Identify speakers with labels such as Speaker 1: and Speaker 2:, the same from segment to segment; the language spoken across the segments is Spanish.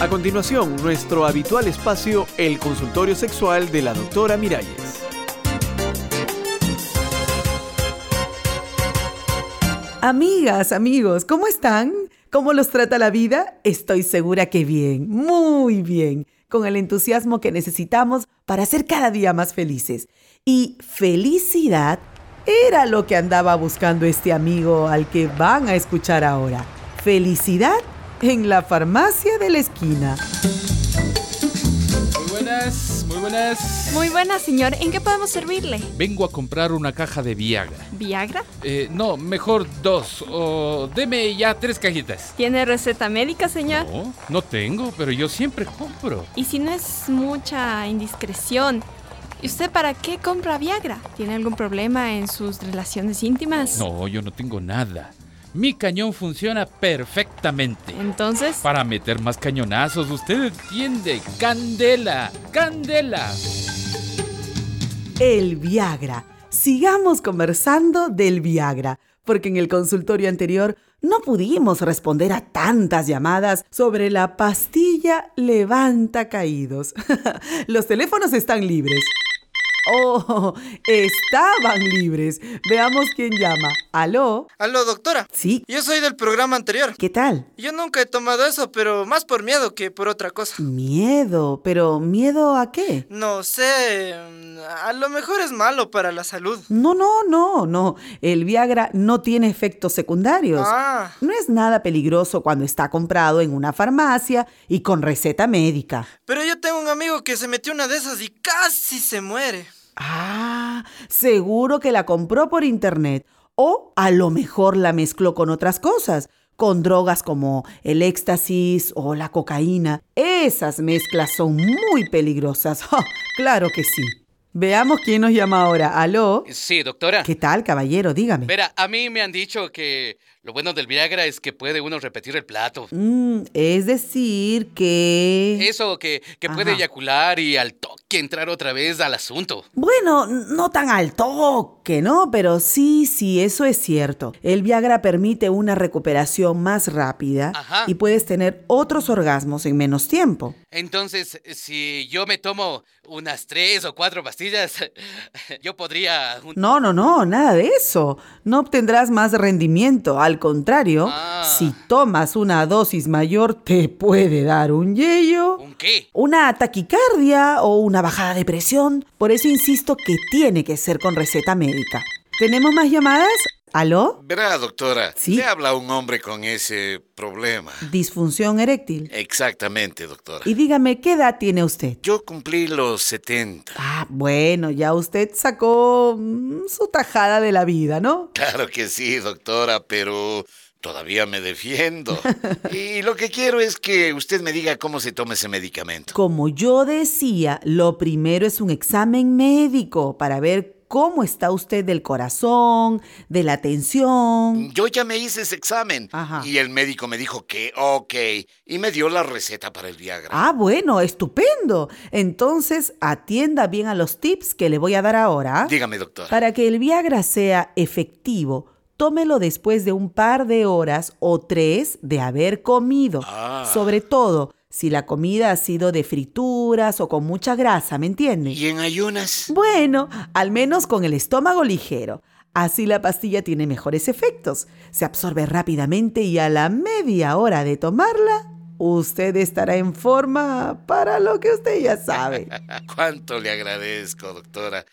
Speaker 1: A continuación, nuestro habitual espacio, el consultorio sexual de la doctora Miralles.
Speaker 2: Amigas, amigos, ¿cómo están? ¿Cómo los trata la vida? Estoy segura que bien, muy bien, con el entusiasmo que necesitamos para ser cada día más felices. Y felicidad era lo que andaba buscando este amigo al que van a escuchar ahora. Felicidad en la farmacia de la esquina.
Speaker 3: Muy buenas, muy buenas.
Speaker 4: Muy buenas, señor. ¿En qué podemos servirle?
Speaker 3: Vengo a comprar una caja de Viagra.
Speaker 4: ¿Viagra?
Speaker 3: Eh, no, mejor dos. O deme ya tres cajitas.
Speaker 4: ¿Tiene receta médica, señor?
Speaker 3: No, no tengo, pero yo siempre compro.
Speaker 4: Y si no es mucha indiscreción, ¿y usted para qué compra Viagra? ¿Tiene algún problema en sus relaciones íntimas?
Speaker 3: No, yo no tengo nada. Mi cañón funciona perfectamente.
Speaker 4: Entonces,
Speaker 3: Para meter más cañonazos, usted entiende. Candela, candela.
Speaker 2: El Viagra. Sigamos conversando del Viagra, porque en el consultorio anterior no pudimos responder a tantas llamadas sobre la pastilla levanta caídos. Los teléfonos están libres. Oh, estaban libres. Veamos quién llama. ¿Aló?
Speaker 5: Aló, doctora.
Speaker 2: Sí,
Speaker 5: Yo soy del programa anterior.
Speaker 2: ¿qué tal?
Speaker 5: Yo nunca he tomado eso, pero más por miedo que por otra cosa.
Speaker 2: Miedo, pero ¿miedo a qué?
Speaker 5: No sé, mm, a lo mejor es malo para la salud.
Speaker 2: No, no, no, no. El Viagra no tiene efectos secundarios.
Speaker 5: Ah,
Speaker 2: No es nada peligroso cuando está comprado en una farmacia y con receta médica.
Speaker 5: pero yo tengo un amigo que se metió una de esas y casi se muere.
Speaker 2: Ah, seguro que la compró por internet. O a lo mejor la mezcló con otras cosas, con drogas como el éxtasis o la cocaína. Esas mezclas son muy peligrosas. ¡Ja! claro que sí. Veamos quién nos llama ahora. ¿Aló?
Speaker 6: Sí, doctora.
Speaker 2: ¿Qué tal, caballero? Dígame.
Speaker 6: Verá, a mí me han dicho que lo bueno del Viagra es que puede uno repetir el plato.
Speaker 2: Mm, es decir que...
Speaker 6: Eso, que, que puede
Speaker 2: Ajá.
Speaker 6: eyacular y al toque entrar otra vez al asunto.
Speaker 2: Bueno, no tan al toque, ¿no? Pero sí, sí, eso es cierto. El Viagra permite una recuperación más rápida
Speaker 6: Ajá.
Speaker 2: y puedes tener otros orgasmos en menos tiempo.
Speaker 6: Entonces, si yo me tomo unas tres o cuatro pastillas, yo podría... un-
Speaker 2: No, no, no, nada de eso. No obtendrás más rendimiento. Al contrario,
Speaker 6: Ah.
Speaker 2: si tomas una dosis mayor, te puede dar un yello.
Speaker 6: ¿Un qué?
Speaker 2: Una taquicardia o una bajada de presión. Por eso insisto que tiene que ser con receta médica. ¿Tenemos más llamadas? ¿Aló?
Speaker 7: Verá, doctora,
Speaker 2: Sí.
Speaker 7: le habla un hombre con ese problema.
Speaker 2: Disfunción eréctil.
Speaker 7: Exactamente, doctora.
Speaker 2: Y dígame, ¿qué edad tiene usted?
Speaker 7: Yo cumplí los 70.
Speaker 2: Ah, bueno, ya usted sacó mm, su tajada de la vida, ¿no?
Speaker 7: Claro que sí, doctora, pero todavía me defiendo. y lo que quiero es que usted me diga cómo se toma ese medicamento.
Speaker 2: Como yo decía, lo primero es un examen médico para ver cómo está usted del corazón, de la tensión.
Speaker 7: Yo ya me hice ese examen
Speaker 2: Ajá.
Speaker 7: y el médico me dijo que ok y me dio la receta para el Viagra.
Speaker 2: Ah, bueno, estupendo. Entonces, atienda bien a los tips que le voy a dar ahora. ¿ah?
Speaker 7: Dígame, doctora.
Speaker 2: Para que el Viagra sea efectivo, tómelo después de un par de horas o tres de haber comido.
Speaker 7: Ah.
Speaker 2: Sobre todo si la comida ha sido de frituras o con mucha grasa, ¿me entiendes?
Speaker 7: ¿Y en ayunas?
Speaker 2: Bueno, al menos con el estómago ligero. Así la pastilla tiene mejores efectos. Se absorbe rápidamente y a la media hora de tomarla, usted estará en forma para lo que usted ya sabe.
Speaker 7: ¿Cuánto le agradezco, doctora?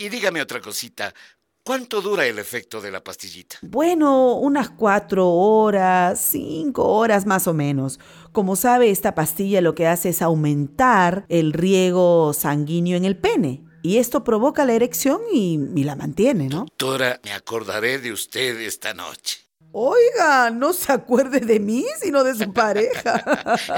Speaker 7: Y dígame otra cosita. ¿Cuánto dura el efecto de la pastillita?
Speaker 2: Bueno, unas cuatro horas, cinco horas más o menos. Como sabe, esta pastilla lo que hace es aumentar el riego sanguíneo en el pene. Y esto provoca la erección y, y la mantiene, ¿no?
Speaker 7: Doctora, me acordaré de usted esta noche.
Speaker 2: Oiga, no se acuerde de mí, sino de su pareja.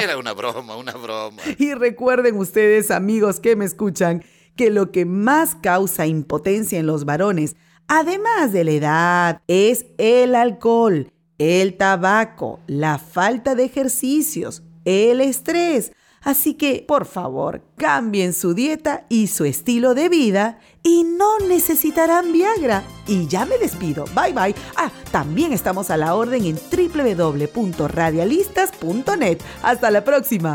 Speaker 7: Era una broma, una broma.
Speaker 2: y recuerden ustedes, amigos que me escuchan, que lo que más causa impotencia en los varones, además de la edad, es el alcohol, el tabaco, la falta de ejercicios, el estrés. Así que, por favor, cambien su dieta y su estilo de vida y no necesitarán Viagra. Y ya me despido. Bye bye. Ah, también estamos a la orden en www.radialistas.net. Hasta la próxima.